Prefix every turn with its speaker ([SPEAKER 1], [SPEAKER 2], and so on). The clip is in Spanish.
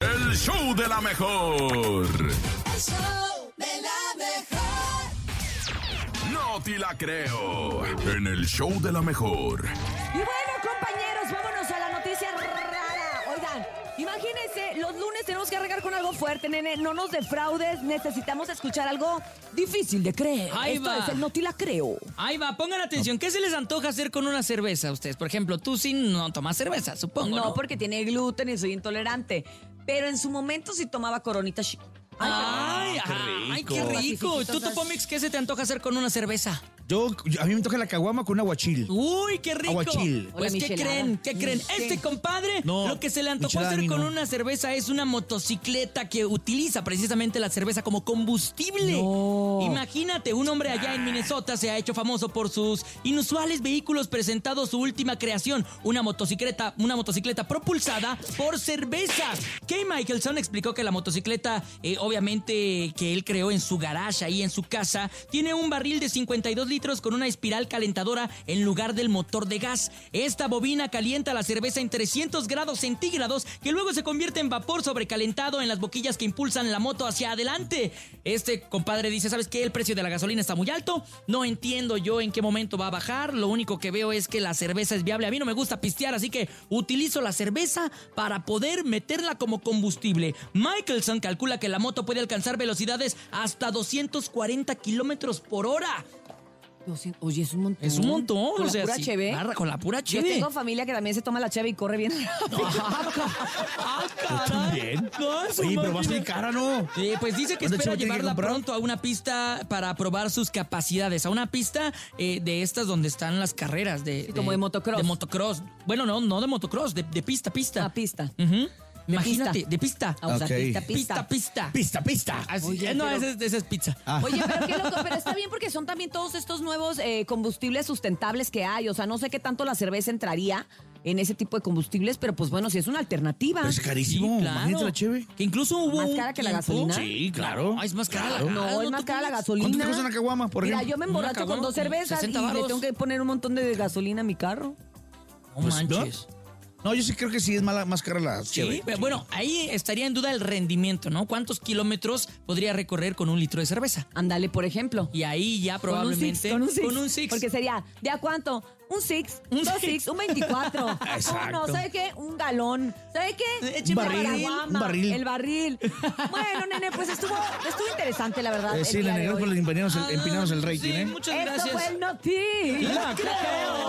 [SPEAKER 1] El show de la mejor.
[SPEAKER 2] El show de la mejor.
[SPEAKER 1] No te la creo. En el show de la mejor.
[SPEAKER 3] Y bueno, compañeros, vámonos a la noticia rara. Oigan, imagínense, los lunes tenemos que arreglar con algo fuerte, nene. No nos defraudes, necesitamos escuchar algo difícil de creer.
[SPEAKER 4] Ahí
[SPEAKER 3] Esto
[SPEAKER 4] va.
[SPEAKER 3] es el no te la creo.
[SPEAKER 4] Ahí va, pongan atención. ¿Qué se les antoja hacer con una cerveza a ustedes? Por ejemplo, tú sí no tomas cerveza, supongo. No,
[SPEAKER 3] No, porque tiene gluten y soy intolerante. Pero en su momento sí tomaba coronita chic.
[SPEAKER 5] Ah,
[SPEAKER 4] Ay, ajá, ay, qué rico.
[SPEAKER 3] rico.
[SPEAKER 4] ¿Tú, Tupomix, qué se te antoja hacer con una cerveza?
[SPEAKER 5] Yo, yo- a mí me toca la caguama con aguachil.
[SPEAKER 4] Uy, qué rico.
[SPEAKER 5] Aguachil.
[SPEAKER 4] Pues,
[SPEAKER 3] Hola,
[SPEAKER 4] ¿qué
[SPEAKER 3] michelada.
[SPEAKER 4] creen? ¿Qué creen?
[SPEAKER 3] Sí.
[SPEAKER 4] Este compadre,
[SPEAKER 5] No,
[SPEAKER 4] lo que se le antojó
[SPEAKER 5] michelada a
[SPEAKER 4] hacer
[SPEAKER 5] mí
[SPEAKER 4] con
[SPEAKER 5] no.
[SPEAKER 4] una cerveza es una motocicleta que utiliza precisamente la cerveza como combustible.
[SPEAKER 3] No.
[SPEAKER 4] Imagínate, un hombre allá en Minnesota se ha hecho famoso por sus inusuales vehículos presentados su última creación, una motocicleta, una motocicleta propulsada por cerveza. Kay Michelson explicó que la motocicleta, eh, obviamente, que él creó en su garage, ahí en su casa, tiene un barril de 52 litros con una espiral calentadora en lugar del motor de gas. Esta bobina calienta la cerveza en 300 grados centígrados que luego se convierte en vapor sobrecalentado en las boquillas que impulsan la moto hacia adelante. Este compadre dice, ¿sabes qué? El precio de la gasolina está muy alto, no entiendo yo en qué momento va a bajar, lo único que veo es que la cerveza es viable, a mí no me gusta pistear, así que utilizo la cerveza para poder meterla como combustible. Michelson calcula que la moto puede alcanzar velocidades hasta 240 kilómetros por hora.
[SPEAKER 3] Oye, es un montón.
[SPEAKER 5] Mm.
[SPEAKER 4] Es un montón,
[SPEAKER 3] Con
[SPEAKER 4] o
[SPEAKER 3] la
[SPEAKER 4] sea,
[SPEAKER 3] pura
[SPEAKER 4] sí,
[SPEAKER 3] cheve.
[SPEAKER 4] barra con la pura
[SPEAKER 3] Yo
[SPEAKER 4] cheve.
[SPEAKER 3] tengo familia que también se toma la cheve y corre bien.
[SPEAKER 4] ¡Ah, ca- ah, caray!
[SPEAKER 5] también.
[SPEAKER 4] No, eso
[SPEAKER 5] Oye, pero va a
[SPEAKER 4] imagínate.
[SPEAKER 5] salir cara, ¿no?
[SPEAKER 4] Eh, pues dice que
[SPEAKER 5] ¿Dónde
[SPEAKER 4] espera
[SPEAKER 5] chavo tiene que
[SPEAKER 4] llevarla
[SPEAKER 5] comprar?
[SPEAKER 4] pronto a una pista para probar sus capacidades, a una pista eh, de estas donde están las carreras de,
[SPEAKER 3] como de motocross.
[SPEAKER 4] De motocross. Bueno, no, no de motocross, de, de pista, pista.
[SPEAKER 3] La pista.
[SPEAKER 4] Ujú. Imagínate,
[SPEAKER 3] pista.
[SPEAKER 4] de pista.
[SPEAKER 3] Ah, o sea,
[SPEAKER 5] Ok.
[SPEAKER 3] pista,
[SPEAKER 4] Pista,
[SPEAKER 3] pista.
[SPEAKER 4] pista.
[SPEAKER 5] Pista, pista.
[SPEAKER 4] Así-
[SPEAKER 3] Oye,
[SPEAKER 4] eh, no,
[SPEAKER 3] pero-
[SPEAKER 4] esa es- esa es pizza.
[SPEAKER 5] Ah.
[SPEAKER 3] Oye, pero qué loco, pero está bien porque son también todos estos nuevos eh, combustibles sustentables que hay. O sea, no sé qué tanto la cerveza entraría en ese tipo de combustibles, pero pues bueno, si es una alternativa.
[SPEAKER 5] Pero es
[SPEAKER 4] Sí,
[SPEAKER 5] carísimo.
[SPEAKER 4] claro.
[SPEAKER 5] Imagínate la cheve.
[SPEAKER 4] Que incluso hubo
[SPEAKER 3] ¿Más
[SPEAKER 4] un
[SPEAKER 3] cara que la
[SPEAKER 4] tiempo-
[SPEAKER 3] gasolina?
[SPEAKER 5] Sí, claro.
[SPEAKER 4] Ah, es más cara la
[SPEAKER 5] Claro.
[SPEAKER 4] gas,
[SPEAKER 3] No, es más
[SPEAKER 4] te
[SPEAKER 3] cara la
[SPEAKER 4] pongas-
[SPEAKER 3] gasolina.
[SPEAKER 5] ¿Cuánto te cuesta una caguama, por
[SPEAKER 3] Mira,
[SPEAKER 5] ejemplo?
[SPEAKER 3] yo me
[SPEAKER 4] Una
[SPEAKER 3] emborracho con
[SPEAKER 4] caguama,
[SPEAKER 3] dos cervezas y
[SPEAKER 4] 60
[SPEAKER 3] le
[SPEAKER 4] varos.
[SPEAKER 3] tengo que poner un montón de gasolina a mi carro.
[SPEAKER 4] No
[SPEAKER 5] Pues, ¿no?
[SPEAKER 4] manches.
[SPEAKER 5] No, yo sí creo que sí es mala, más cara la
[SPEAKER 4] Sí,
[SPEAKER 5] cheve.
[SPEAKER 4] pero bueno, ahí estaría en duda el rendimiento, ¿no? ¿Cuántos kilómetros podría recorrer con un litro de cerveza?
[SPEAKER 3] Ándale, por ejemplo.
[SPEAKER 4] Y ahí ya
[SPEAKER 3] Con un six,
[SPEAKER 4] probablemente...
[SPEAKER 3] Con un six.
[SPEAKER 4] six.
[SPEAKER 3] Porque sería, ¿de a cuánto? Un six,
[SPEAKER 4] Un
[SPEAKER 3] dos
[SPEAKER 4] six.
[SPEAKER 3] six, un 24.
[SPEAKER 5] Exacto.
[SPEAKER 3] Uno, ¿sabe qué? Un galón. ¿Sabe qué?
[SPEAKER 4] Écheme
[SPEAKER 3] Una
[SPEAKER 4] barril,
[SPEAKER 3] caguama,
[SPEAKER 5] un barril.
[SPEAKER 3] El barril. Bueno, nene, pues estuvo, estuvo interesante, la verdad.
[SPEAKER 5] Eh,
[SPEAKER 3] el
[SPEAKER 5] sí,
[SPEAKER 3] día
[SPEAKER 5] le
[SPEAKER 3] de
[SPEAKER 5] negaron
[SPEAKER 3] hoy.
[SPEAKER 5] con los empinados el, ¿eh?
[SPEAKER 4] Ah,
[SPEAKER 5] empinados el rating,
[SPEAKER 4] sí,
[SPEAKER 5] ¿eh?
[SPEAKER 4] muchas
[SPEAKER 3] Esto
[SPEAKER 4] gracias.
[SPEAKER 3] fue el Noti.
[SPEAKER 4] La creo.